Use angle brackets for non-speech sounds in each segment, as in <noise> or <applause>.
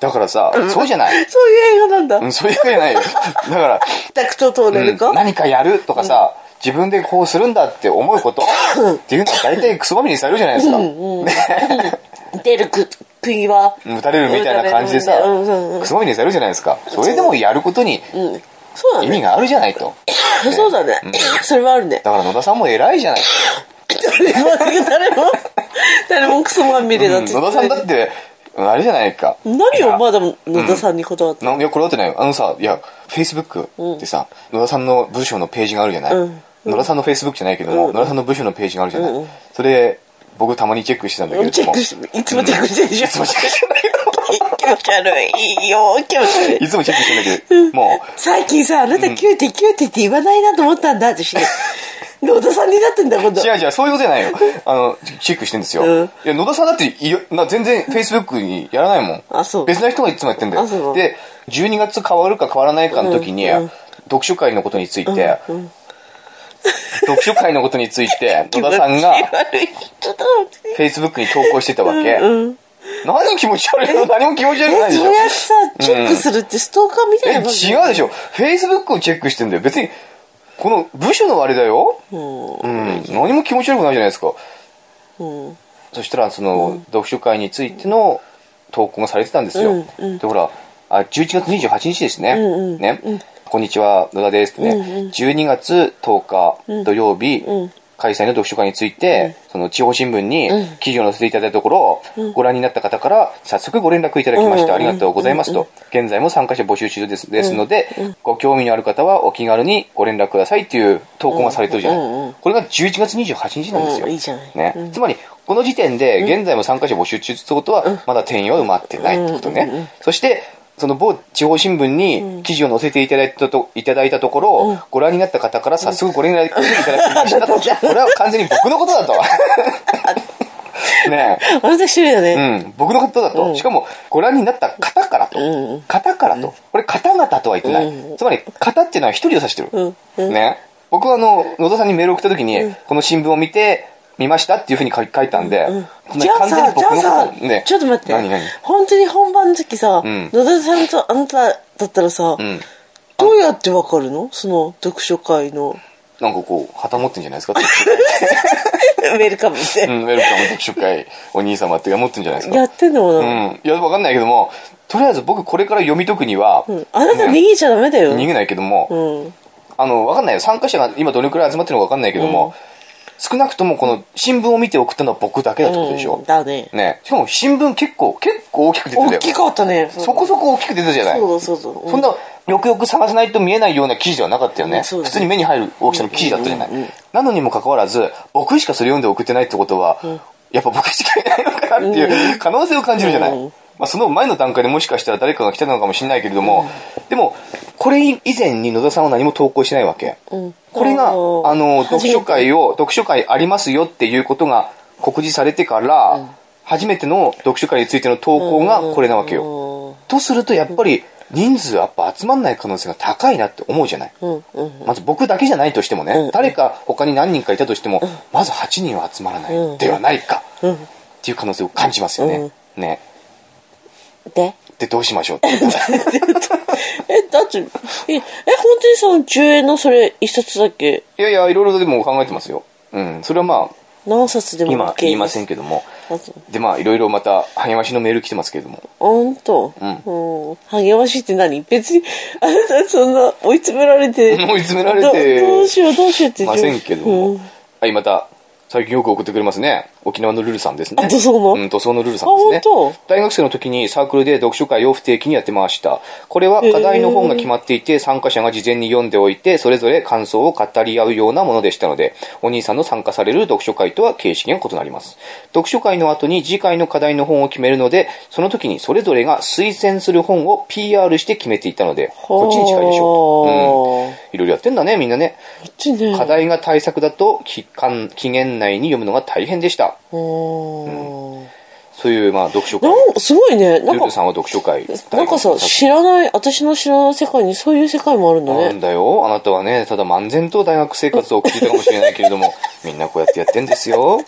だからさ、そうじゃない。そういう映画なんだ。うん、そういうわけじゃ <laughs> ないよ。だから、タクトトーネルうかん何かやるとかさ、自分でこうするんだって思うことっていうのは大体クソまみれにされるじゃないですか。ね出るく釘は。打たれるみたいな感じでさ、うんうんうんクソまみれにされるじゃないですか。それでもやることにうんそうだ意ね。味があるじゃないと。そうだね。それはあるね。だから野田さんも偉いじゃない。誰も、誰も、誰もクソまみれだうっんて野田さんだって、あれじゃないか。何をまだ野田さんに断った、ないや、これだってね、あのさ、いや、Facebook ってさ、野田さんの部署のページがあるじゃない。うん野田さんの Facebook じゃないけども、野田さんの部署のページがあるじゃない。それ、僕たまにチェックしてたんだけど、チェックいつしていつもチェックしてるでしょ。もチ <laughs> ェックしてたんだけ気持ち悪いよ、気持ち悪ど、い。いつもチェックしてんだけど、も最近さ、あなたキューティキューティって言わないなと思ったんだ、私。野田さんになってんだ、今う、度。違う違う、そういうことじゃないよ。あの、チェックしてんですよ。うんいや、野田さんだっていよ、な全然 Facebook にやらないもん。あそう別な人がいつもやってんだあそよ。うで、12月変わるか変わらないかの時に、うんうん読書会のことについて、読書会のことについて、 <laughs> 気野田持ちさんが、悪い人だ。フェイスブックに投稿してたわけ。何気持ち悪いの何も気持ち悪くないでしそうょ。やってさ、チェックするってストーカーみたいえ、違なうもでんじゃないしょ。フェイスブックをチェックしてんだよ。別に、この部署のあれだよ。うんうん。何も気持ち悪くないじゃないですか。うんそしたら、その、読書会についての投稿がされてたんですよ。うんうんで、ほら、あ、11月28日ですね。うんうんね、こんにちは、野田ですってね。うんうん12月10日土曜日、うん開催の読書会について、その地方新聞に記事を載せていただいたところ、ご覧になった方から早速ご連絡いただきました。うんありがとうございますと。現在も参加者募集中ですですので、ご興味のある方はお気軽にご連絡くださいっていう投稿がされてるじゃない。うんうんこれが11月28日なんですよ。うんいいじゃないね。つまり、この時点で現在も参加者募集中ってことは、まだ定員は埋まってないってことうんうんうね。そして、その某地方新聞に記事を載せていただいたといただいたところ、ご覧になった方から早速ご連絡いただきましたと。 <laughs> これは完全に僕のことだと。<laughs> <laughs> ねあなた一人だえ。うね。ん。僕のことだと。しかも、ご覧になった方からと。うんうん方からと。これ、方々とは言ってなうい。つまり、方っていうのは一人を指してる。ね。僕はあの、野田さんにメールを送った時に、この新聞を見て、見ましたっていうふうに書い書いたんで、つまじりゃあさ、じゃあさ、ね。ちょっと待って。何何本当に本番の時さ、ん野田さんとあなただったらさ、うん。どうやってわかるのその読書会の <laughs> なんかこう、旗持ってんじゃないですか <laughs> ウェルカムってう。ん、ウェルカム読書会、お兄様って持ってんじゃないですかやってんのかうな、ん。いや、わかんないけども、とりあえず僕これから読み解くには、うんあなた逃ねげちゃダメだよ。逃げないけども、うん。あの、わかんないよ。参加者が今どれくらい集まってるのかわかんないけども、少なくともこの新聞を見て送ったのは僕だけだってことでしうょん。だね。ね。しかも新聞結構、結構大きく出てた大よ。きかったね。そこそこ大きく出てたじゃない。そうだそうだ。うんそんな、よくよく探さないと見えないような記事ではなかったようね。んそうだね普通に目に入る大きさの記事だったじゃない。うんうんうんなのにもかかわらず、僕しかそれ読んで送ってないってことは、やっぱ僕しかいないのかなっていう可能性を感じるじゃない。うんまあ、その前の段階でもしかしたら誰かが来てたのかもしれないけれども、でも、これ以前に野田さんは何も投稿してないわけ。んこれが、ああーの、初め読て書会を、読書会ありますよっていうことが告示されてから、初めての読書会についての投稿がこれなわけよ。とするとやっぱり人数やっぱ集まんない可能性が高いなって思うじゃない。うんうんまず僕だけじゃないとしてもね、ん誰か他に何人かいたとしても、まず8人は集まらない、うんではないかっうん。ていう可能性を感じますよね。ね。でで、どうしましょう <laughs> って。え、だって、え、え、本当にその10円のそれ一冊だっけいやいや、いろいろでも考えてますよ。うん。それはまあ、何冊でも今 OK 言いません。んけども。あそうで、まあ、いろいろまた、励ましのメール来てますけれども。ほんと。うん。励ましいって何別に、あなたそんな追い詰められて。追い詰められてどどうしようどうしようって言まっせて。んけども。うんはい、また、最近よく送ってくれますね。沖縄のルルさんですね。あ塗装のうん、塗装のルルさんですねあ。本大学生の時にサークルで読書会を不定期にやってました。これは課題の本が決まっていて、参加者が事前に読んでおいて、それぞれ感想を語り合うようなものでしたので、お兄さんの参加される読書会とは形式が異なります。読書会の後に次回の課題の本を決めるので、その時にそれぞれが推薦する本を PR して決めていたので、こっちに近いでしょう。ほーうん。いろいろやってんだね、みんなね。こっちね。課題が対策だと期間、期限内に読むのが大変でした。うん。そういう、まあ、読書会。なんすごいね。なんルかル、さんは読書会。なんかさ、知らない、私の知らない世界にそういう世界もあるんだなんね。だよ。あなたはね、ただ漫然と大学生活を送っていたかもしれないけれど <laughs> も、みんなこうやってやってんですよ。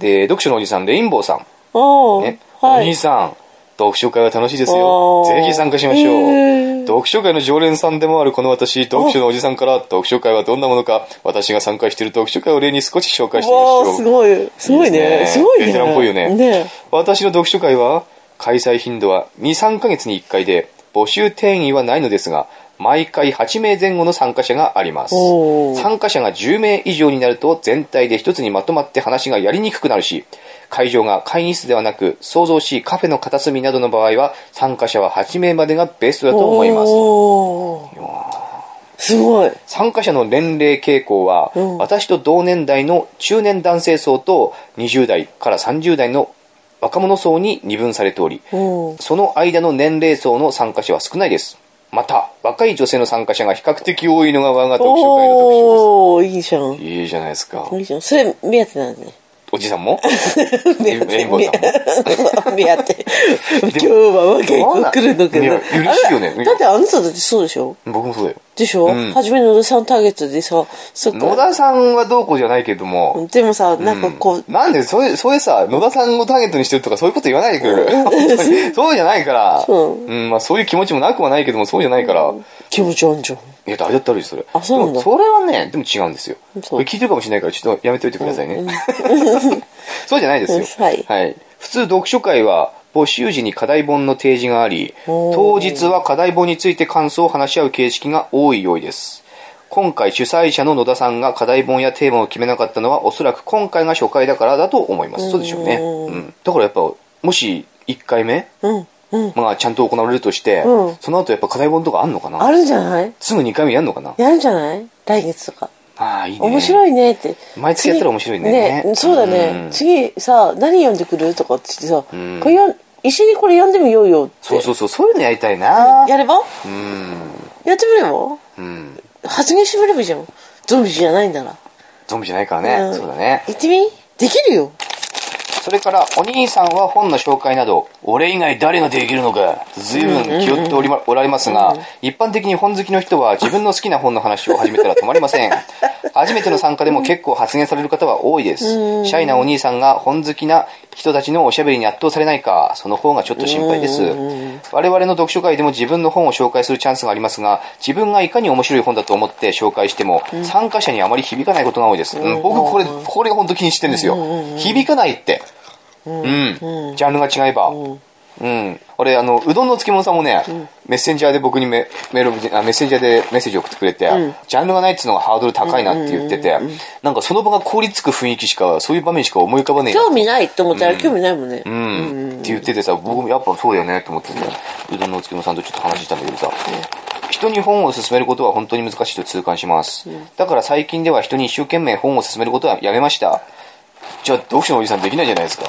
で、読書のおじさん、レインボーさん。ああ、ね、はお兄い。さん、読書会は楽しいですおよ。ーぜひ参加しましょう。へー読書会の常連さんでもあるこの私、読書のおじさんから、読書会はどんなものか、私が参加している読書会を例に少し紹介してみましわょうあ。すごいすごいいいねですすねごいねベテランっぽいよねね私の読書会は開催頻度は23ヶ月に1回で募集定員はないのですが毎回8名前後の参加者がありますおー参加者が10名以上になると全体で一つにまとまって話がやりにくくなるし会場が会議室ではなく想像しいカフェの片隅などの場合は参加者は8名までがベストだと思いますおーすごい参加者の年齢傾向は、うん私と同年代の中年男性層と20代から30代の若者層に二分されており、おーその間の年齢層の参加者は少ないです。また、若い女性の参加者が比較的多いのが我が特集会の特徴おーいいじゃんです。いいじゃないですか。いいじゃんそれ目当 <laughs> てなんだねおじさんも目当レインボーさんもて目 <laughs> 当て今日は若い子来るのかいなや嬉しいよねあれだってあなただってそうでしょ僕もそうだよ。でしょ、うん初めの野田さんターゲットでさそっ野か田さんはどうこうじゃないけども、でもさなんかこう、なんで、そういう、そういうさ、野田さんをターゲットにしてるとかそういうこと言わないでくれる。<laughs> 本当にそうじゃないから。そううん、まあそういう気持ちもなくはないけども、そうじゃないから。気持ちあんじゃんいや、誰だったらいいですそれ。あそうなんだでもそれはね、でも違うんですよ。そうこれ聞いてるかもしれないから、ちょっとやめておいてくださいね。 <laughs> そうじゃないですよ。はい普通、読書会は、募集時に課題本の提示があり、おー当日は課題本について感想を話し合う形式が多いようです。今回主催者の野田さんが課題本やテーマを決めなかったのは、おそらく今回が初回だからだと思います。そうでしょうね。うん。だからやっぱ、もし1回目、うんうんまあちゃんと行われるとして、うんその後やっぱ課題本とかあんのかなあるんじゃないすぐ2回目やんのかなやるんじゃない来月とかああ、いいね。面い。白いねって毎月やったら面白いねねそうだね、うん次さ何読んでくるとかって言ってさ、んこれよ一緒にこれ読んでみようよってそうそうそう、そういうのやりたいな。やればうん。やってみればうん。発言してみればいいじゃんゾンビじゃないんだかゾンビじゃないからら、ね。んそうだね。行ってみできるよそれから、お兄さんは本の紹介など、俺以外誰ができるのか、随分気負っておりまおられますが、一般的に本好きの人は自分の好きな本の話を始めたら止まりません。初めての参加でも結構発言される方は多いです。シャイなお兄さんが本好きな人たちのおしゃべりに圧倒されないか、その方がちょっと心配です。我々の読書会でも自分の本を紹介するチャンスがありますが、自分がいかに面白い本だと思って紹介しても、参加者にあまり響かないことが多いです。うん、僕これ、これ本当気にしてるんですよ。響かないって。うん、ジャンルが違えば。うん。俺、あの、うどんの漬物さんもね、メッセンジャーで僕にメメールをあメッセンジャーでメッセージを送ってくれて、ジャンルがないっていうのがハードル高いなって言ってて、なんかその場が凍りつく雰囲気しか、そういう場面しか思い浮かばねえな興味ないって思ったら興味ないもんね、うん、って言っててさ、僕もやっぱそうだよねと思ってね、うどんのお漬物さんとちょっと話したんだけどさ、人に本を勧めることは本当に難しいと痛感します。だから最近では人に一生懸命本を勧めることはやめました。じゃあ、読書のおじさんできないじゃない <laughs> ですか。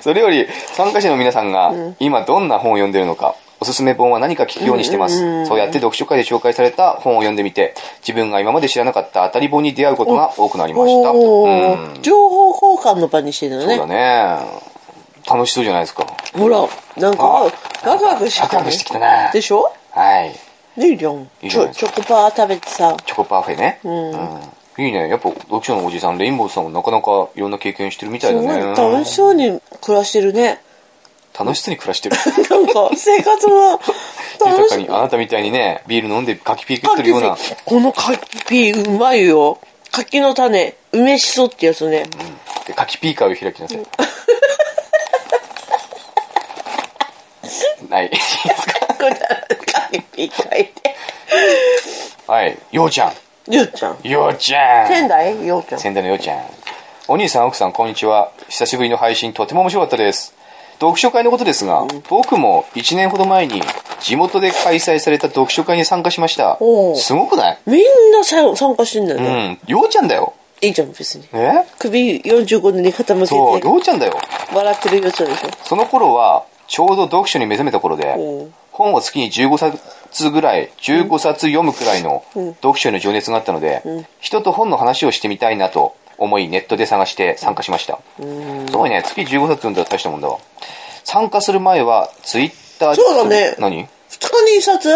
それより、参加者の皆さんが今どんな本を読んでるのか、おすすめ本は何か聞くようにしてます。そうやって読書会で紹介された本を読んでみて、自分が今まで知らなかった当たり本に出会うことが多くなりました。おうんー情報交換の場にしてるのねそうだね。楽しそうじゃないですか。ほらなんかあワクワクしてきワクた,、ワクしてきたなでしょはい。いいじゃんいいじチゃないでョすチョコパー食べてさチョコパフェね。うん。いいね。やっぱ、読書のおじさん、レインボーさんもなかなかいろんな経験してるみたいすだごいね。楽しそうに暮らしてるね楽しそうに暮らしてる。なんか生活が楽豊しかいに、あなたみたいにね、ビール飲んで柿ピー食ってるような。この柿ピーうまいよ柿の種梅しそってやつねで柿ピーカーを開きなさ <laughs> い。ない。いいですかこれ柿ピー書いてはい。ようちゃりょうちゃんん。ようちゃん。仙台ようちゃん仙台のようちゃん。お兄さん、奥さん、こんにちは。久しぶりの配信、とても面白かったです。読書会のことですが、僕も1年ほど前に地元で開催された読書会に参加しましたおう。すごくないみんなさ参加してんだようね、ん。ようちゃんだよ。いいじゃん別にえ首45度に傾そう、けてようちゃんだよ。笑ってるようちゃんでしょその頃は、ちょうど読書に目覚めた頃でおう、本を月に15冊ぐらい、15冊読むくらいの読書への情熱があったので、人と本の話をしてみたいなと思い、ネットで探して参加しました。すごいね、月15冊読んだら大したもんだわ。参加する前は、ツイッターそうだね何2日に1冊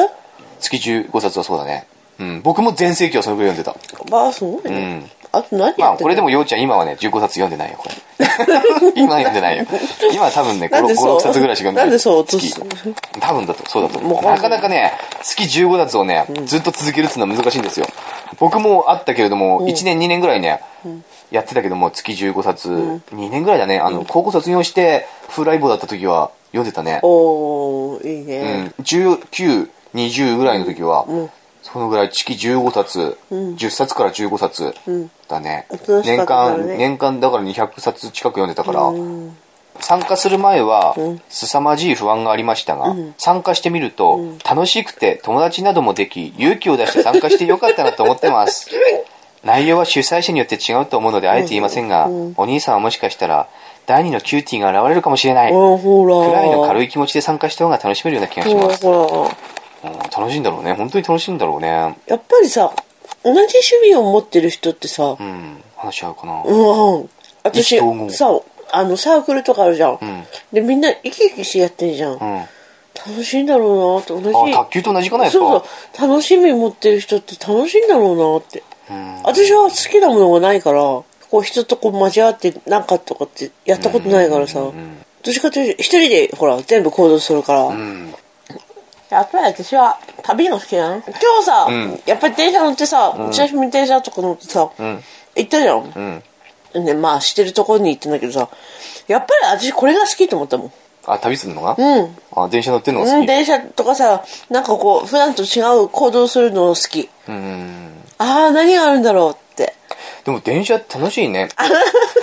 月15冊はそうだね。うん、僕も全盛期はそのくらい読んでた。まあすごいね、あと何やってんのまあ、これでも、ようちゃん今はね、15冊読んでないよ、これ。 <laughs> 今は読んでないよ。今は多分ね、5、なん6でそう冊ぐらいしか読んでない。なんでそう落とす月多分だと、そうだとも思う。うなかなかね、月15冊をね、ずっと続けるっていうのは難しいんですよ。僕もあったけれども、1年、2年ぐらいね、やってたけども、月15冊、2年ぐらいだね、あの、高校卒業して、風来坊だった時は読んでたね。おー、いいうね。ん、19、20ぐらいの時は、うんそのぐらい月15冊、ん10冊から15冊んだね。おとなしか年ったからね間、年間だから200冊近く読んでたから、うん参加する前はうん、凄まじい不安がありましたが、ん参加してみると、楽しくて友達などもでき、勇気を出して参加してよかったなと思って <laughs> ます。内容は主催者によって違うと思うので、あえて言いませんが、うんお兄さんはもしかしたら、第二のキューティーが現れるかもしれない。あー、ほら。くらいの軽い。い気持ちで参加した方が楽しめるような気がしほまら、す。ほら。うん楽しいんだろうね。本当に楽しいんだろうね。やっぱりさ、同じ趣味を持ってる人ってさう、ん。話し合うかな。うん。私意気投合、さ、あの、サークルとかあるじゃん。んで、みんな生き生きしてやってんじゃん。うん。あ、楽しいんだろうなって、同じ。卓球と同じかな、やっぱ。そうそう。楽しみ持ってる人って楽しいんだろうなって。うん。私は好きなものがないから、こう人とこう交わってなんかとかってやったことないからさ、どっちかというと一人でほら全部行動するから、うん。やっぱり私は旅が好きなの今日さ、んやっぱり電車乗ってさ、うちのみ電車とか乗ってさ、ん行ったじゃん、うん。ね、まあしてるところに行ったんだけどさやっぱり私これが好きと思ったもんあ、旅するのがうんあ、電車乗ってるのがうん好き。電車とかさなんかこう普段と違う行動するの好きうん。ああ何があるんだろうってでも電車楽しいね。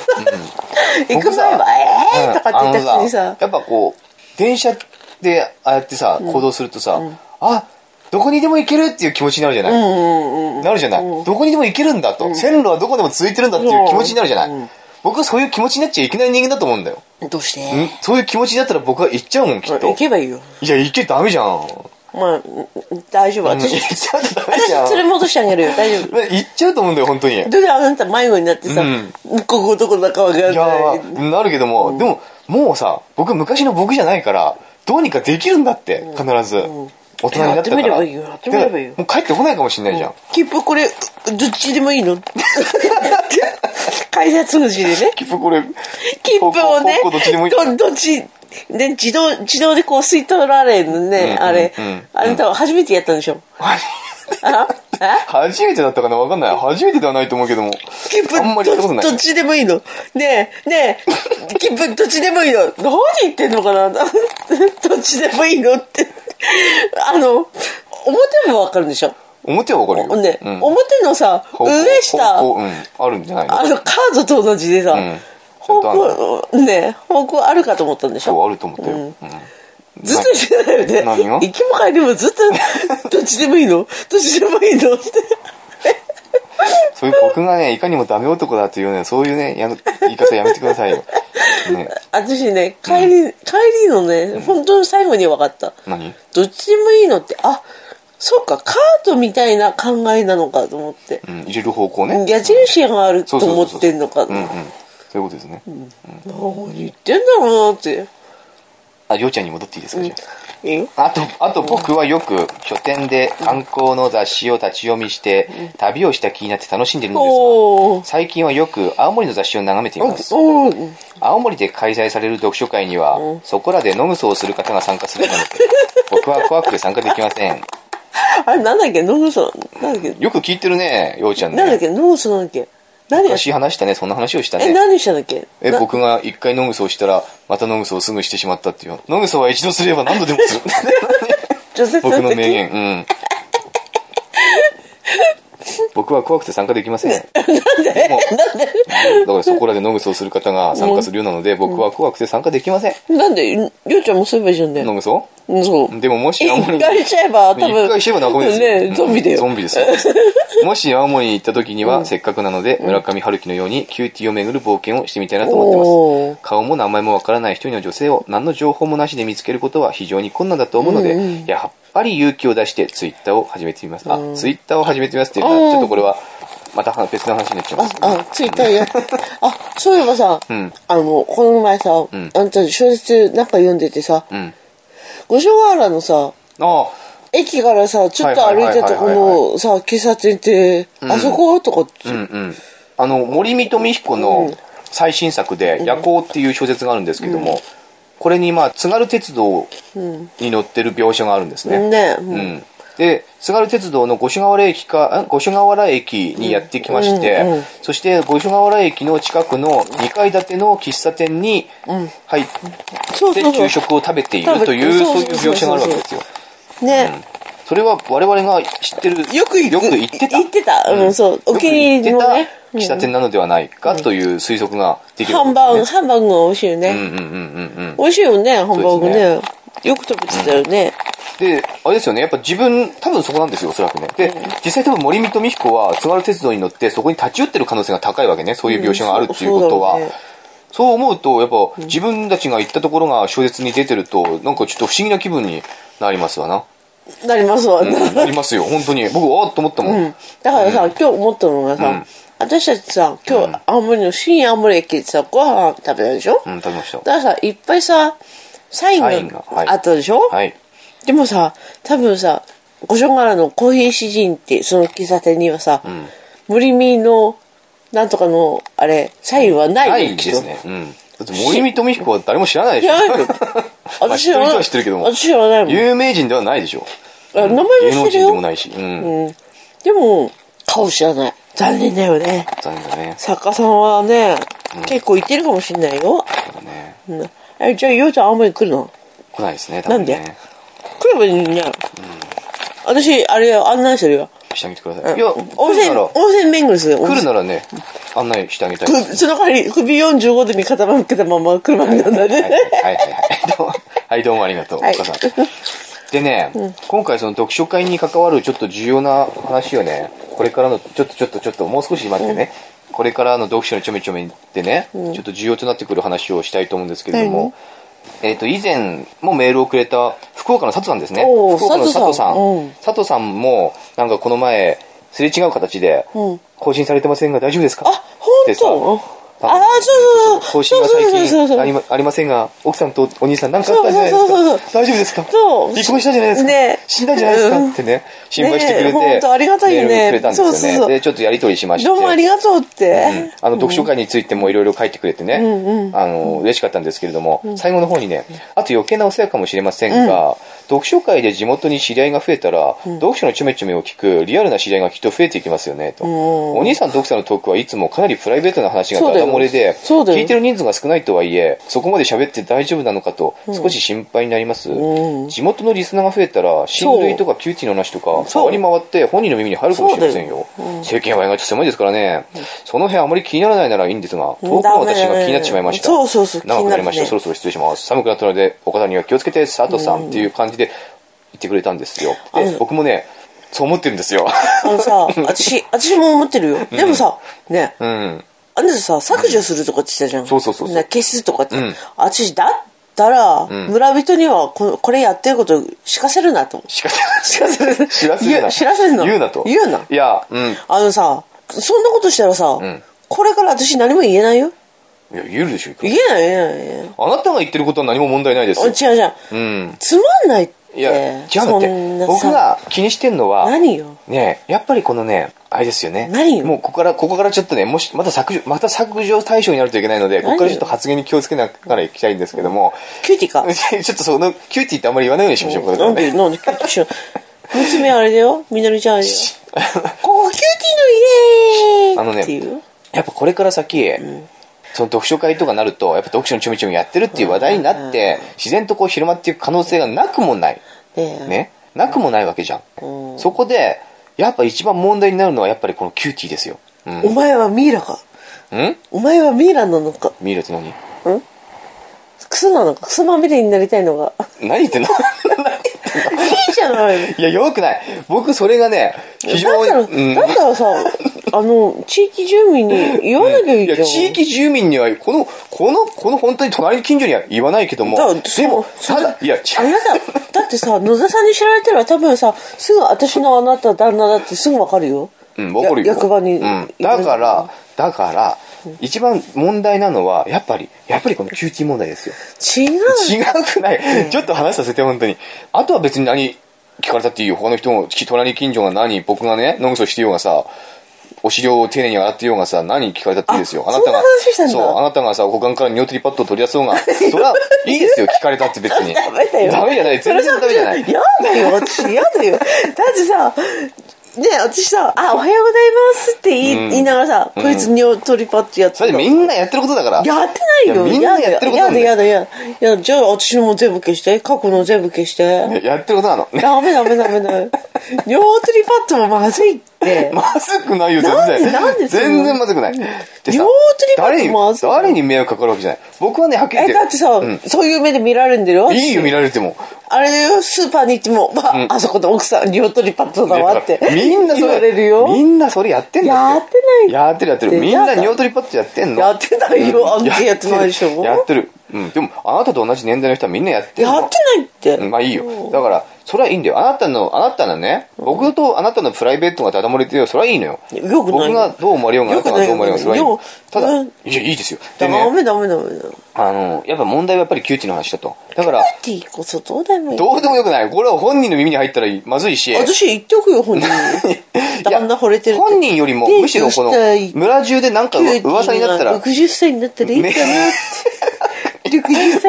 行く僕さ前は「えうー!」んとかって言ったあくのにさやっぱこう、電車でああやってさ、行動するとさ、あ、どこにでも行けるっていう気持ちになるじゃない。なるじゃない、どこにでも行けるんだと、線路はどこでも続いてるんだっていう気持ちになるじゃない。僕はそういう気持ちになっちゃいけない人間だと思うんだよ。どうしてんそういう気持ちだったら僕は行っちゃうもん、きっと。行けばいいよいや、行けダメじゃん。まあうん大丈夫行っ <laughs> 私ちゃうとダメ私じゃん。連れ戻してあげるよ大丈夫行っちゃうと思うんだよ、本当に。いやどれあなた迷子になってさ、うんここどこだか分からないー、なるけども、でも、もうさ、僕昔の僕じゃないから、どうにかできるんだって、必ず。大人になったから。やってみればいいよやってみればいいよだからもう帰ってこないかもしんないじゃん。切符これどっちでもいいの改札口でね切符これ、切符をね方向どっちでもいい。どどっちで自動自動でこう吸い取られるのね、うんあれ、うんあなたは初めてやったんでしょ、あえ初めてだったかなわかんない。初めてではないと思うけども。切符あんまりやったことなどいどっ。ちでもいいのねえねえ切符どっちでもいいの何言ってんのかな <laughs> どっちでもいいのってあの表もわかるんでしょ表はわかるよ。ね、うん表のさ方向上下方向うん。あるんじゃないのあのカードと同じでさ、ん方向ね方向あるかと思ったんでしそう、ょあると思ったよ。うんずっと言ってないよね何が行きも帰りもずっとどっちでもいいのどっちでもいいのってそういう僕がね、いかにもダメ男だというね、そういうね、やの言い方やめてください <laughs> よ。ね、私ね帰り、帰りのね本当に最後に分かった、何どっちでもいいのってあそうかカードみたいな考えなのかと思ってうん、入れる方向ね。矢印があるとそうそう思そうそうってんのかうんうんな。そういうことですね。何言ってんだろうなってあ、りょうちゃんに戻っていいですか、じゃいいよあ。あと、あと僕はよく書店で観光の雑誌を立ち読みして、旅をした気になって楽しんでるんですおが、ー最近はよく青森の雑誌を眺めています。おー青森で開催される読書会には、そこらで飲むそうする方が参加するなの <laughs> で、僕は怖くて参加できません。あれなんだっけノグソなんだっけよく聞いてるね、ようちゃんなんだっね。けノグソなんだっけ何や昔話したね、そんな話をしたね。え何したんだっけえ、な僕が一回ノグソをしたら、またノグソをすぐしてしまったっていう。ノグソは一度すれば何度でも <laughs> する。女性僕の名だっけ言。 <laughs> うん。僕は怖くて参加できません。 <laughs> なんでもうだからそこらでノグソをする方が参加するようなので、僕は怖くて参加できません。なんでりょうちゃんもそういえばいいじゃんねノグソそうでももし青森に一回しちゃえば多分一回死ねば仲間ですよ。ねゾンビだうんゾよンビ <laughs> ですよ。もし青森に行った時には、せっかくなので、村上春樹のようにキューティーを巡る冒険をしてみたいなと思っておまーす。顔も名前もわからない一人の女性を何の情報もなしで見つけることは非常に困難だと思うので、やっぱり勇気を出してツイッターを始めてみます。あ、ツイッターを始めてみますっていうのうは、んちょっとこれは、また別の話になっちゃいます。あ、ツイッターや。あ、そういえばさ、んあの、この前さ、んあんた小説なんか読んでてさ、うん。五所川原のさ、あ駅からさ、ちょっと歩いたとこはいはいはいはいろのさ、喫茶店って、あそことかっあ、うんうん。ああの、森見と美彦の最新作で、夜行っていう小説があるんですけども、これに、まあ、津軽鉄道に乗ってる描写があるんですね。ね、う、うんん、で津軽鉄道の五所川原駅かん五所川原駅にやってきまして、うんうんうんそして五所川原駅の近くの2階建ての喫茶店に入っそうてそうそう昼食を食べているという食そうべいうて描写があるわけですよね、それは我々が知ってるよく行くよく行ってた行ってたうんそうお気に入りのねよく行ってた喫茶店なのではないかという推測ができるハわけンですねバーグハンバーグが美味しいよね、うんうんうんうんうん美味しいよねハンバーグねそよく食べてたよね、で、あれですよね、やっぱ自分、多分そこなんですよ、おそらくね。で、実際多分森光美彦は津軽鉄道に乗ってそこに立ち寄ってる可能性が高いわけね、そういう描写があるっていうことは。うんそうそうだろうねそう思うと、やっぱ自分たちが行ったところが小説に出てると、なんかちょっと不思議な気分になりますわな。なりますわ、ねうんなりますよ、本当に。僕、あーっと思ったもん。うんだからさ、今日思ったのがうさ、ん私たちさ今日青森の新青森駅でさご飯食べたでしょ、うん、食べましだた。からさいっぱいさサインがサインがはいあったでしょ、はい。でもさ多分さ五所川原のコーヒー詩人ってその喫茶店にはさ、森見のなんとかのあれサインはないないですね。うん。だって森光美彦は誰も知らないでしょ知らないよ。 <laughs> まあ知ってる人は知ってるけども <laughs> 私。知らないもん有名人ではないでしょ。あ名前は芸知能ってる人でもよないし。うん。でも顔知らない残念だよね残念だね。作家さんはね、結構いてるかもしれないよ、そうだね。うん、えじゃあようちゃん青森来るの来ないですね、多分ね。なんで来ればいいんじゃん、私あれよ案内するよしてあげてください。いや、温来る泉なら、温泉巡りする来るならね、案内してあげたいです。くその代わり首45度に傾けたまま車に乗るんだはいはいねはいはい。どうもはい、どうもありがとう、おはい母さん。でね、今回その読書会に関わるちょっと重要な話をね、これからの、ちょっとちょっとちょっと、もう少し待ってね、これからの読書のちょめちょめでね、ちょっと重要となってくる話をしたいと思うんですけれども、えっ、と、以前もメールをくれた福岡の佐藤さんですね。おー福岡の佐藤さん。佐藤さんうん佐藤さんも、なんかこの前、すれ違う形で、うん更新されてませんが大丈夫ですかあ本当ああそ更うそうそう新がそうそう最そうそう近ありまありませんが、奥さんとお兄さんなんかあったんじゃないでそうそうそうすか大丈夫ですかそう離婚したじゃないですか、ね死んだんじゃないですか、うんってね、心配してくれて、ねほんとありがたいよねメールくれたんですよねそうそうそうで、ちょっとやりとりしまして。どうもありがとうって、うんあの、読書会についてもいろいろ書いてくれてね、あの、嬉しかったんですけれども、最後の方にね、あと余計なお世話かもしれませんが、読書会で地元に知り合いが増えたら、読書のちょめちょめを聞くリアルな知り合いがきっと増えていきますよね、と。お兄さんと奥さんのトークはいつもかなりプライベートな話がダダ漏れで、そうだよそうだよ聞いてる人数が少ないとはいえ、そこまで喋って大丈夫なのかと、少し心配になります。地元のリスナーが増えたら、親類とかキューティーの話とか、そう回り回って本人の耳に入るかもしれませんよ。世間は意外と狭いですからね。その辺あまり気にならないならいいんですが、遠くの私が気になってしまいました。ダメだねそうそうそう長くなりました。気になるねそろそろ失礼します。寒くなったので、お方には気をつけて、佐藤さんっていう感じで言ってくれたんですよ。あでの僕もね、そう思ってるん <laughs> ですよ。あのさ私私も思ってるよでもさね、うん。あんたさ削除するとかって言ってたじゃん、そうそうそうそうね消すとかって、うん私だったら、村人にはここれやってること知かせるなと思うしかし、知らせる知らせる言な。う知らせるな言うなと。言うないや、うん。あのさそんなことしたらさ、んこれから私何も言えないよいや、言えるでしょ、いくら言えない言えない言えないあなたが言ってることは何も問題ないですあ違よう。じゃん、うん。つまんないっていや、違うんだっそんてな。さ僕が気にしてんのは、何よねえやっぱりこのね、あれですよね。何よもうここから、ここからちょっとね、もし、また削除、また削除対象になるといけないので、ここからちょっと発言に気をつけながらいきたいんですけども、キューティーか <laughs> ちょっとその、キューティーってあんまり言わないようにしましょう、これかならんでね。なんでキューティーしよう娘あれだよみのりちゃんあれだよここキューティーあのの家ねっていう、やっぱこれから先、その読書会とかなると、やっぱ読書のちょみちょみやってるっていう話題になって、自然とこう広まっていく可能性がなくもない。ねえね。なくもないわけじゃん。うそこで、やっぱ一番問題になるのはやっぱりこのキューティーですよ。うん。お前はミイラかうんお前はミイラなのか見るって何クソなのかクソまみれになりたいのが何言ってんの何言ってんのいいじゃないいや、よくない。僕、それがね、非常に、だったうんら、だったらさ、あの、地域住民に言わなきゃいいいじゃん。や、地域住民には、この、この、この本当に隣近所には言わないけどもだから、でも、そうただ、いや、違あうなた、だってさ、野田さんに知られたら多分さ、すぐ私のあなた旦那だってすぐわかるよ。うん、わかるよ。や役場に。うん。だから、、だから、一番問題なのは、やっぱり、やっぱりこのキューティー問題ですよ。違う。違うくない。ちょっと話させて、本当に。あとは別に何聞かれたっていいよ。他の人も、隣近所が何、僕がね、のぐそしてようがさ、お尻を丁寧に洗ってようがさ、何聞かれたっていいですよ。ああなたが、そんな話したんだそう、あなたがさ、股間から尿取りパッドを取り出そう <laughs> が、それはいいですよ、聞かれたって別に。ダメだよ。ダメじゃない、全然ダメじゃない。やだよ、私やだよ。だってさ、ね私さ、あ、おはようございますって言い,、うん言いながらさ、こいつ尿取りパッとやってそたれみんなやってることだから。やってないいやよ。みんなやってることなやんだだよやだやだやだ。やだじゃあ私のも全部消して、過去の全部消して。やってることなの。ダメダメダメダメ。尿取りパッドもまずいって。 <laughs> まずくないよ、全なんで然。なんでそんな全然まずくない。でさ両手にパッと誰にまずい誰に迷惑かかるわけじゃない。僕はね、はっきり言え、だってさ、うんそういう目で見られるんだよ。いいよ、見られても。あれだよ、スーパーに行っても、まあ、あそこの奥さん、尿取りパッドだわって。みんなそ言れわれるよ。みんなそれやってんだやってないやってるやってだるってみんな尿取りパッドやってんのやってないよあんたやってないでしょやってるうんでもあなたと同じ年代の人はみんなやってるやってないっうて。んまあいいよだからそれはいいんだよあなたのあなたのね僕とあなたのプライベートがだだ漏れてよそれはいいのよよくない僕よがどう思われようがあよなくたながいどう思われようがそれはいいのよただうんいやいいですよでダねメダメダメダメ。あのやっぱ問題はやっぱり窮地の話だとだからパーティーこそどうでもいい。どうでもよくないこれは本人の耳に入ったらまずいし私言っておく <laughs> よ、本人に。いや旦那惚れてるって。本人よりもデートむしろこのしたい村中でなんか90噂になったら60歳になったらいいかな <laughs> って。60歳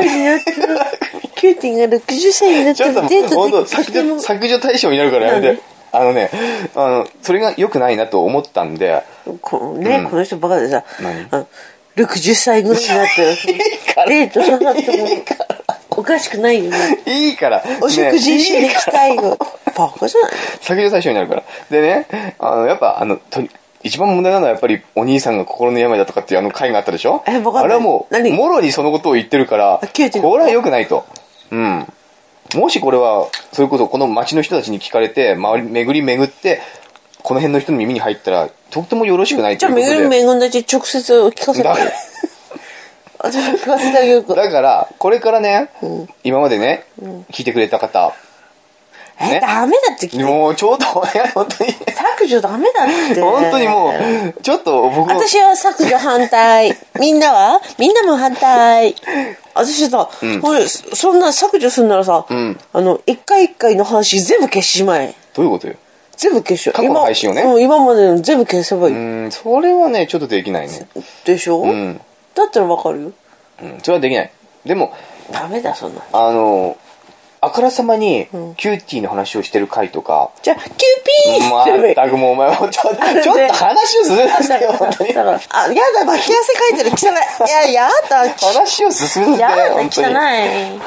になったら、キューティーが60歳になっちたょっとらデー本当トでき削て除も。削除対象になるからやめなんてあのねあのそれが良くないなと思ったんでこうね、この人バカでさ何、あの60歳ぐらいになったら、デートなかったもおかしくないよね。いいからお食事一緒にねい行いきからたいよ。バカじゃない削除対象になるからでねあのやっぱあのとに一番問題なのはやっぱりお兄さんが心の病だとかっていうあの回があったでしょえわかんないあれはもう何もろにそのことを言ってるからあケイティのこれは良くないとうんもしこれはそれこそこの町の人たちに聞かれて周り巡り巡ってこの辺の人の耳に入ったらとってもよろしくないじとゃいあ、うことめぐでりめぐんだち直接聞かせてだ。 <laughs> 私は聞かせてあげるから。だから、これからね、今までね、聞いてくれた方、え、ねダメだって聞いて。もうちょうど、いや、本当に、削除ダメだって。本当にもう、ちょっと僕、私は削除反対。みんなはみんなも反対。私さ、これそんな削除するならさ、んあの、一回一回の話全部消しまえ。どういうことよ。全部消しよう。過去の配信をね今うん今までの全部消せばいうい。ん、それはね、ちょっとできないね。でしょ、んだったらわかるよ。うん、それはできない。でも、ダメだ、そんな。あの、あからさまに、キューティーの話をしてる回と <laughs> か、じゃあ、キューピーって言えばいまいったくもうお前もちょっと、ちょっと話を進めなさいよ、本当にだ。から、あ、やだ、巻き汗かいてる、汚い。いや、やだ、き話を進めなやさい、だ、本当汚に。い。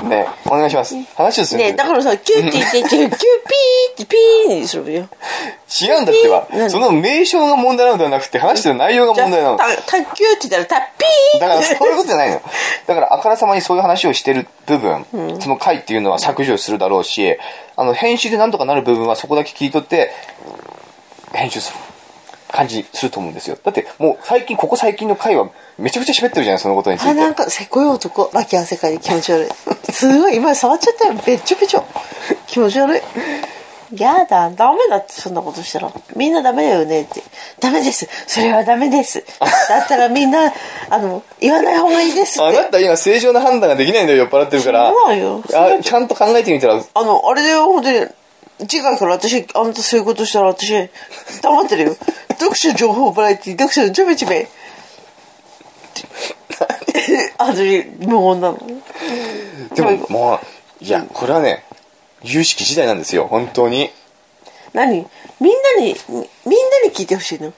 ね、お願いします。話を進ねめえ、てくだれ。からさ、キューティーって言って、キューピーってピーにするよ。違うんだってえ何ば、その名称が問題なのではなくて、話してる内容がじゃ問題なあ、の。た、た、キューって言ったら、た、ピーだからそういうことじゃない <laughs> の。だからあからさまにそういう話をしてる部分、その回っていうのは削除するだろうし、あの編集でなんとかなる部分はそこだけ切り取って、編集する感じすると思うんですよ。だってもう最近、ここ最近の回はめちゃくちゃ喋ってるじゃない、そのことについあ、なんて。か、せこい男、脇汗かいて気持ち悪い。すごい、今触っちゃったよ。べっちょべちょ。気持ち悪い。やだ、ダメだって、そんなことしたら。みんなダメだよねって。ダメです。それはダメです。だったらみんな、あの、言わない方がいいですっあて。なた今正常な判断ができないんだよ、酔っ払ってるから。そうなのよあちゃんと考えてみたら、あの、あれだよ、本当に。次回から私、あなたそういうことしたら私、黙ってるよ。読書情報バラエティ、読書のちょめちょめ。 <laughs> あの、無言なの。でももう、いや、これはね、有識時代なんですよ、本当に。何みんなに、みみんなに聞いてほしいの。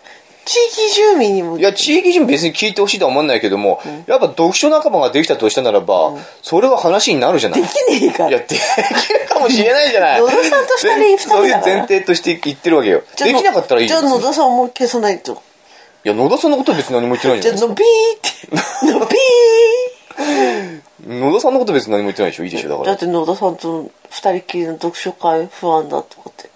地域住民にも。いや、地域人別に聞いてほしいとは思わないけども、やっぱ読書仲間ができたとしたならば、それは話になるじゃない。できねえから。 <laughs> いや、できるかもしれないじゃない。野田さんと全二人二人だからそういう前提として言ってるわけよ。じゃあできなかったらいいじでゃすあ野よ。田さんも消さないと。いや、野田さんのことは別に何も言ってないじじゃゃあ、ないですのか。びーって。のびー野田さんのことは別に何も言ってないでしょ。いいでしょ、だかだっら。て野田さんと二人きりの読書会不安だとかって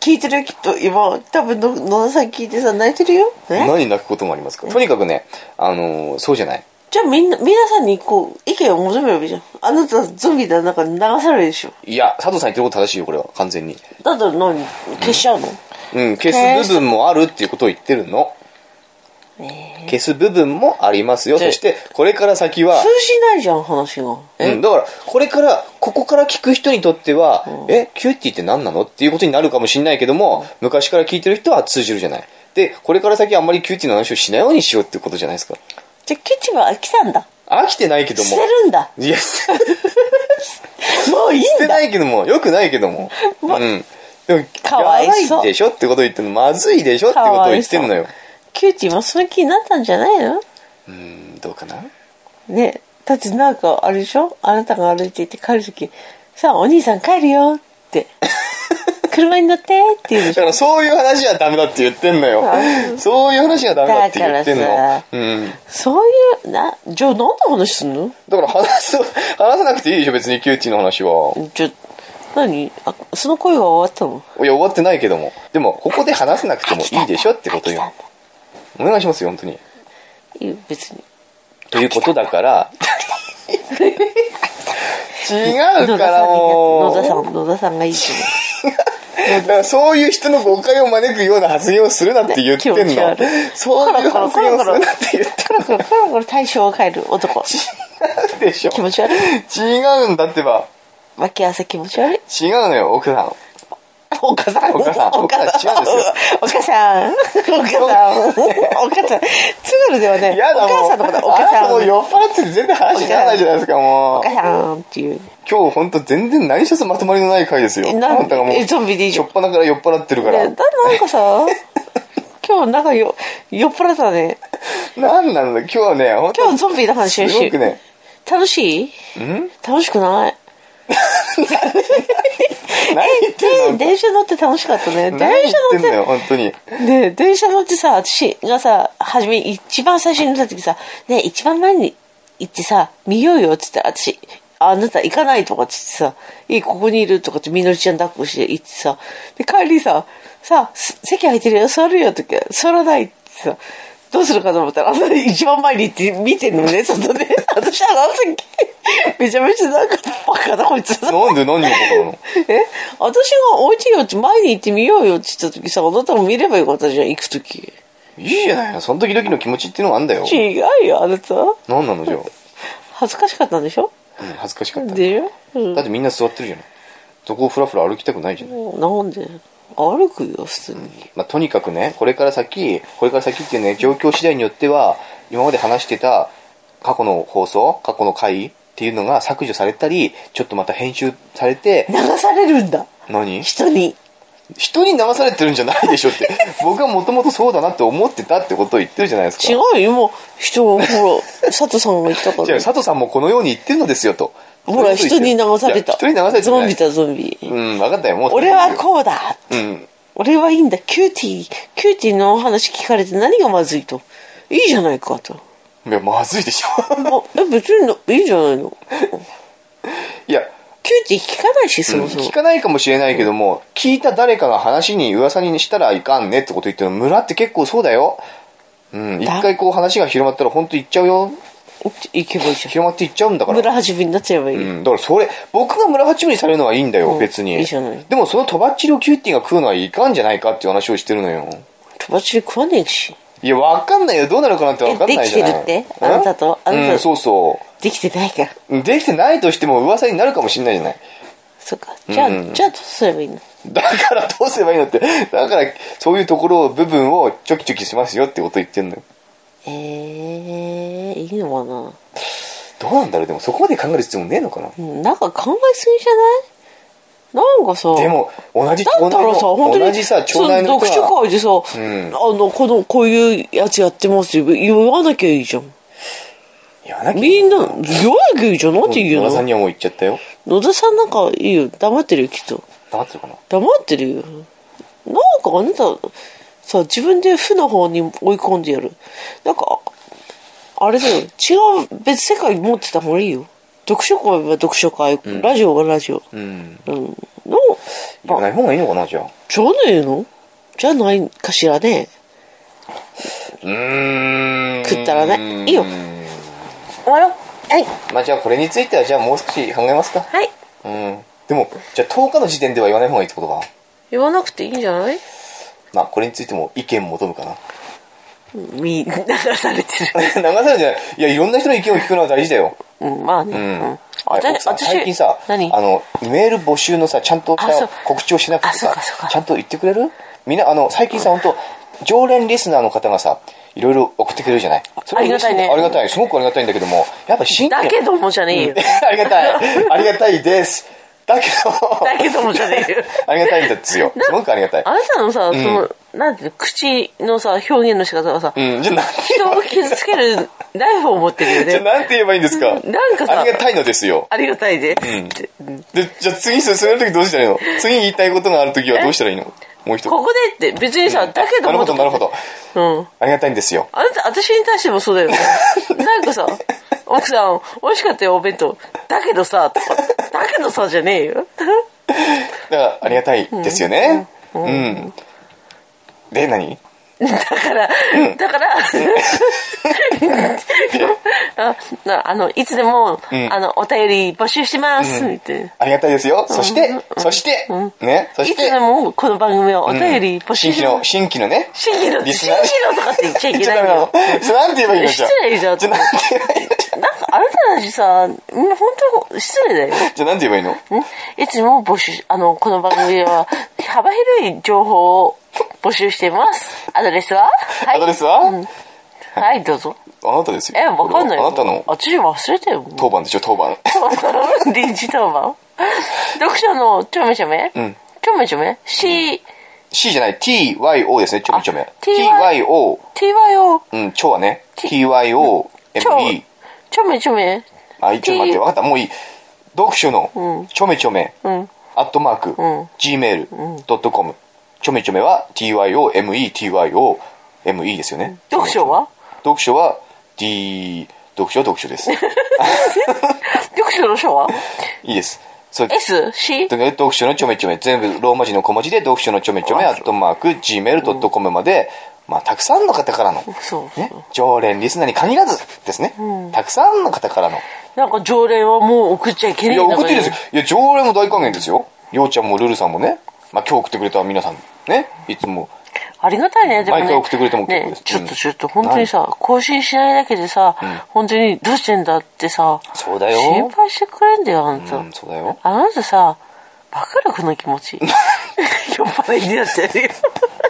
聞いてるよきっと今多分の野田さん聞いてさ泣いてるよえ何泣くこともありますかとにかくね、あのーそうじゃない。じゃあみんな皆さんにこう意見を求めればいいじゃんあなたゾンビだなんか流されるでしょいや、佐藤さん言ってること正しいよ、これは。完全に。だったら何消しちゃうの、うん、消す部分もあるっていうことを言ってるの。消す部分もありますよ。じゃあそして、これから先は通、じないじゃん話がえ、うん、だから、これから、ここから聞く人にとっては、え、キューティーって何なのっていうことになるかもしれないけども、昔から聞いてる人は通じるじゃない。で、これから先あんまりキューティーの話をしないようにしようってことじゃないですか。じゃあ、キュッチは飽きたんだ。飽きてないけ <laughs> ども。捨てるんだ。いや、捨てもうい <laughs> い捨てんだな。いけども、よくないけども。うん。でも、かわいそうやばでしょってことを言ってるの、まずいでしょってことを言ってるのよ。キューティーもその気になったんじゃないのうん、どうかなねだってなんかあれでしょあなたが歩いていて帰る時「さあお兄さん帰るよ」 <laughs> って「車に乗って」って言うでだしかょらそういう話はダメだって言ってんのよ。そういう話はダメだって言ってんのだからさ。うん。そういうなじゃあ何の話すんのだから話す、 <laughs> 話さなくていいでしょ、別にキューティーの話は。ちょ何あその恋は終わったのいや、終わってないけども。でも、ここで話さなくてもいいでしょってことよ。お願いしますよ、本当に。いい別にということだから。違う野か田さらんもう。野田さん野田さんがいいけどだからそういう人の誤解を招くような発言をするなって言ってんのね気持ち悪い。そういう発言をするなって言ってカラコロカラコロ大将が帰る男るでしょ。気持ち悪い違うんだってば。脇汗気持ち悪い違うのよ、奥さん。お母さんお母さんお母さんお母さん違うんですよお母さんお母さんお母さん津軽ではねやだもおう。母さんのことおあ母なさたんもうお酔っ払ってて全然話にならないじゃないですか、もう。母さんっていう今日ほんと全然何一つまとまりのない回ですよ。えあなんなたがもう、えゾンビでいいしじゃょんっぱなから酔っ払ってるかねらだ。なん <laughs> かさ今日なんかよ酔っ払ったねなんなんだ、今日はね、ほんと今日ゾンビの話をすごしくね。楽しいん楽しくない何 <laughs> 言ってんの電車乗って楽しかったね電何言車ってん乗っのてよ、本当に。ねえ電車乗ってさ、私がさ、初め、一番最初に乗った時さ、ねえ一番前に行ってさ、見ようよって言ったら、私、ああなた行かないとかって言ってさ、いい、ここにいるとかってみのりちゃん抱っこして行ってさ、で、帰りさ、さ、す席空いてるよ、座るよとか、座らないってさ、どうするかと思ったら、あなた一番前に行って見てんのね、外で。私はあの時、めちゃめちゃなんか、バカだこいつ。なんで何のことなの <laughs> え私がおいでよって前に行ってみようよって言った時さ、あなたも見ればよかったじゃん、行く時。いいじゃないの、その時々の気持ちっていうのがあんだよ。違うよ、あなた。何なのじゃあ。恥ずかしかったんでしょうん恥ずかしかった。だでしょ、うんってみんな座ってるじゃない。そこをふらふら歩きたくないじゃない。なんで歩くよ、普通に。まあ、とにかくね、これから先、これから先っていうね、状況次第によっては、今まで話してた過去の放送、過去の回っていうのが削除されたり、ちょっとまた編集されて流、されるんだ。何人に。人に流されてるんじゃないでしょ <laughs> って、僕はもともとそうだなって思ってたってことを言ってるじゃないですか。違うよ、もう人を、ほら、佐藤さんが言ったかじゃあら。佐藤さんもこのように言ってるのですよと。ほら、人に流された。いや人に流されてないゾンビだ、ゾンビ。うん、分かったよ、もう。俺はこうだ。うん。俺はいいんだ。キューティー、キューティーのお話聞かれて何がまずいと。いいじゃないかと。いや、まずいで <laughs> しょ。あえ別にいいじゃないの。いや、キューティー聞かないし、そもそも。聞かないかもしれないけども、聞いた誰かが話に噂にしたらいかんねってこと言ってるの、村って結構そうだよ。うん、一だ回こう話が広まったら本当行っちゃうよ。行けばいいじゃ広まって行っちゃうんだかん。ら。村はじめになっちゃえばいい。うん、だからそれ、僕が村八分にされるのはいいんだよ、うん別に。いいじゃないでもそのとばっちりをキューティーが食うのはいかんじゃないかっていう話をしてるのよ。とばっちり食わねえし。いや、わかんないよ。どうなるかなんてわかんないじゃない。えできてるってあなたとうんあなたうん、そうそできてないから。う。できてないとしても噂になるかもしれないじゃない。そっか。じゃあ、じゃあどうすればいいのだからどうすればいいのって。だから、そういうところを、部分をちょきちょきしますよってこと言ってんのよ。えー、いいのかどうなんだろうでもそこまで考える必要もねえのかな。なうんなんか考えすぎじゃないなんかさ。でも、同じだったらさ、本当に、同じさ、町内のそ人読が書会でさ、んあの、この、こういうやつやってますよ。言わなきゃいいじゃん。いや、なきゃみんな、言わなきゃいいじゃん。なんて言う野田さんのにはもう言っちゃったよ。野田さんなんかいいよ。黙ってるよ、きっと。黙ってるかな。黙ってるよなんかあなたさ自分で負の方に追い込んでやるなんかあれだよ違う別世界持ってた方がいいよ読書会は読書会、ラジオはラジオうん。うんの言わない方がいいのかな、じゃあ。じゃねえのじゃないかしらねうーん。食ったらねいいよ終わろうはいまあじゃあこれについてはじゃあもう少し考えますか。はいうん。でも、じゃあ10日の時点では言わない方がいいってことか。言わなくていいんじゃないまあこれについても意見求むかな。 <laughs> み流されてる、流されじゃない。いや、いろんな人の意見を聞くのは大事だよ。うん、まあね、うん。うんあれ奥私さん私最近さ、あ何の、メール募集のさ、ちゃんとしあそたう告知をしなくてあそうさかそう、かちゃんと言ってくれるみんな、あの、最近さ、本当常連リスナーの方がさ、いろいろ送ってくれるじゃない。それ嬉しありがたいねありがたい。すごくありがたいんだけども、やっぱ新だけどもじゃねえよ。 <laughs> ありがたい。ありがたいです。だけど、だけどもじゃねえよ。ありがたいんだっすよ。すごくありがたい。あなたのさ、その、なんていうの口のさ、表現の仕方がさ、うん、じゃあなんて人を傷つけ <laughs> るナイフを持ってるよじゃあね。なんて言えばいいんですかなんかさありがたいのですよ。ありがたいですって。うんで、じゃあ次進めるときどうしたらいいの次言いたいことがあるときはどうしたらいいのもう一つ。ここでって、別にさ、だけどなるもほとど、かなるほど。うん。ありがたいんですよ。あなた、私に対してもそうだ <laughs> よね。なんかさ、奥さん、美味しかったよ、お弁当。だけどさ、とかだけどさ、じゃねえよ。だから、ありがたいですよね。うん。で、何だから、だ <laughs> から、あなあの、いつでも、あの、お便り募集してます、って。ありがたいですよ。そして、そして、ね、そいしつでて、もこの番組はお便り募新集規してまの、す。新規のね、新規の、リス新ナー規のとかって言っちゃい言っけちなゃいダメんだなよの。じゃあなんて言えばいいのじゃあ。失礼じゃんじゃあなんて言えばいいのなんかあなたたちさ、もう本当失礼だよ。じゃあなんて言えばいいのんいつも募集、あの、この番組は幅広い情報を募集しています。 <laughs> アドレスははアドレい、スははい、どうぞ。あなたですよ。え、わかんないあよ。なたの私忘れたよ。当番でしょ、当番。臨時当番。 <laughs> 読書のちょめちょめんちょめちょめ ?C、 C じゃない、TYO ですね、ちょめちょめあ。TY TYO。 TYO、うん、ちょはね。ちょ TYO、ME。、ちょめちょめあ、ちょっと待って、 T- わかった、もういい。読書の、ちょめちょめ、アットマーク、gmail.com。ちょめちょめは、tyo, me, tyo, me ですよね。読書は読書は、d、読書は読書です。読書の書はいいです。それ ?S、C? と読書のちょめちょめ、全部ローマ字の小文字で、読書のちょめちょめ、アットマーク、gmail.com まで、まあ、たくさんの方からの、そうそうね、常連リスナーに限らずですね、たくさんの方からの、なんか常連はもう送っちゃいけないいや、んだから送ってるんですよ。いや、常連も大歓迎ですよ。ようちゃんもルルさんもね。まあ、今日送ってくれた皆さん、ね。いつも。ありがたいね、でもね。毎回送ってくれても結構でねす、ちょっうんとちょっと、本当にさ、更新しないだけでさ、本当にどうしてんだってさ、そうだよ心配してくれんだよ、あんた。うん、そうだよ。あの人さ、わかるこの気持 <laughs> ち。酔っ払いになっちゃうよ。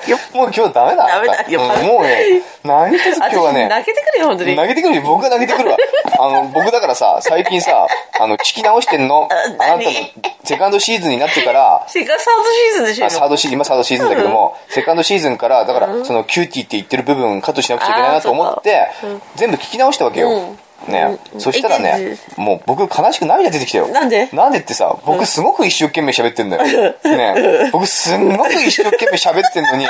酔っもう今日ダメだ。ダメだようんもうね、何一 <laughs> つ今日はね。私泣けてくるよ、本当に。投げてくるよ僕が投げてくるわ。あの、僕だからさ、最近さ、あの、聞き直してんの。あなたの何セカンドシーズンになってから、セカサードシーズンでしょ、あサー今。ドシーズン、今サードシーズンだけども、セカンドシーズンから、だから、その、キューティーって言ってる部分カットしなくちゃいけないなと思って、全部聞き直したわけよ。ねそしたらね、もう僕悲しく涙出てきたよ。なんでなんでってさ、僕すごく一生懸命喋ってんだよ。ね僕すんごく一生懸命喋ってんのに、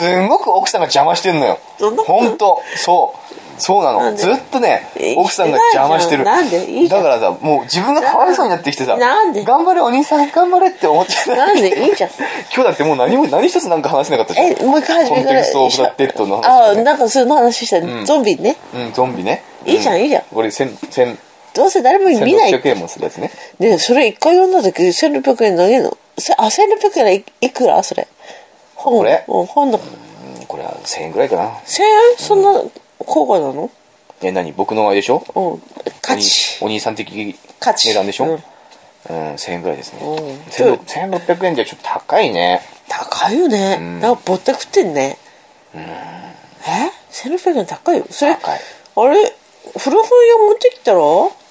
すんごく奥さんが邪魔してんのよ。そんなことほんと、そう。そうなの。んでずっとねえ、奥さんが邪魔してる。してないじゃんなんでいいじゃだんからさ、もう自分がかわいそうになってきてさ、なんで頑張れお兄さん、頑張れって思ってたなんで <laughs> いいじゃん。今日だってもう何も何一つなんか話せなかったじゃんえ、もう一回コ始めンかテら。ンツオブザ・デッドのああ、話、ね、なんかその話したねゾンビね。うんゾンビねいいじゃんういいじゃんこれ千千どうせ誰も千見六ない。百円もするやつねねそれ一回読んだ時1600円投げるの。せあ、1600円いいくらそれ。本。これうん、本の。うんこれは千円ぐらいかな1000円そんな高価なのえ何僕のあれでしょうん。お価兄値。お兄さん的価値値段でしょ、ううんん千円ぐらいですねうん千六千六百円じゃちょっと高いね高いよね、なんかぼったくってんね、え1600円高いよそれ高いあれ古本屋持ってきたら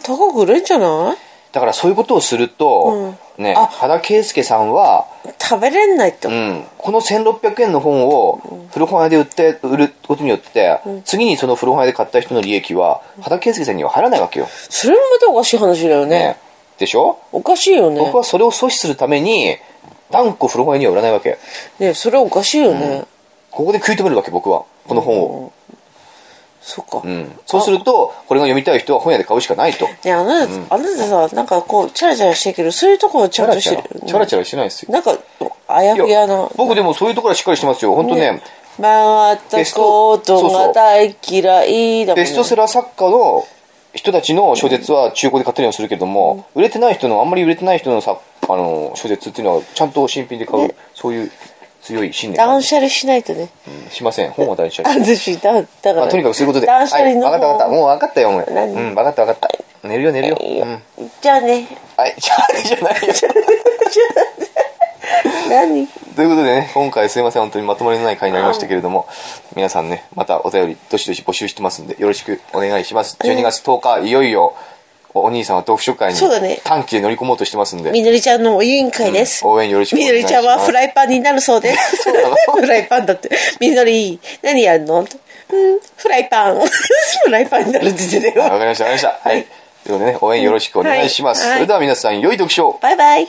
高く売れんじゃないだからそういうことをすると、ねあ原圭介さんは食べれないと、うん、この1600円の本を古本屋で売って売ることによって、次にその古本屋で買った人の利益は原圭介さんには入らないわけよ、それもまたおかしい話だよねね、でしょおかしいよね僕はそれを阻止するために断固古本屋には売らないわけねそれはおかしいよね、ここで食い止めるわけ僕はこの本を、そっか、うん、そうするとこれが読みたい人は本屋で買うしかないとねあなた、あなたさなんかこうチャラチャラしてるけどそういうとこはちチゃャんラとしチてャるラチャラチャラしてないですよなんかあやふいややな僕でもそういうところはしっかりしてますよ本当ね回ったことが大嫌いだもんねベストセラー作家の人たちの小説は中古で買ったりはするけれども、売れてない人のあんまり売れてない人のさあの小説っていうのはちゃんと新品で買う、そういう強い信念が断捨離しないとねしません本は大事だし私だだから、まあ、とにかくそういうことで。断捨離のはい、分かった分かった。方もう分かったよ、お前。何うん、分かった分かった。寝るよ、寝るよ。うん。じゃあね <laughs> はい、じゃあ、じゃないよ。何ということでね、今回すいません、本当にまとまりのない回になりましたけれども、皆さんね、またお便り、どしどし募集してますんで、よろしくお願いします。12月10日、いよいよ、お兄さんは読書会にそうだね短期で乗り込もうとしてますんで、みのりちゃんの委員会です、応援よろしくおみの願いりします。ちゃんはフライパンになるそうです。うなのフライパンだって。みのり、何やるのってうん、フライパン。 <laughs> フライパンになるって言ってたあわよ。かりました、わかりました。はい。ということでね、応援よろしくお願いします。はいそれでは皆さん、良い読書をバイバイ。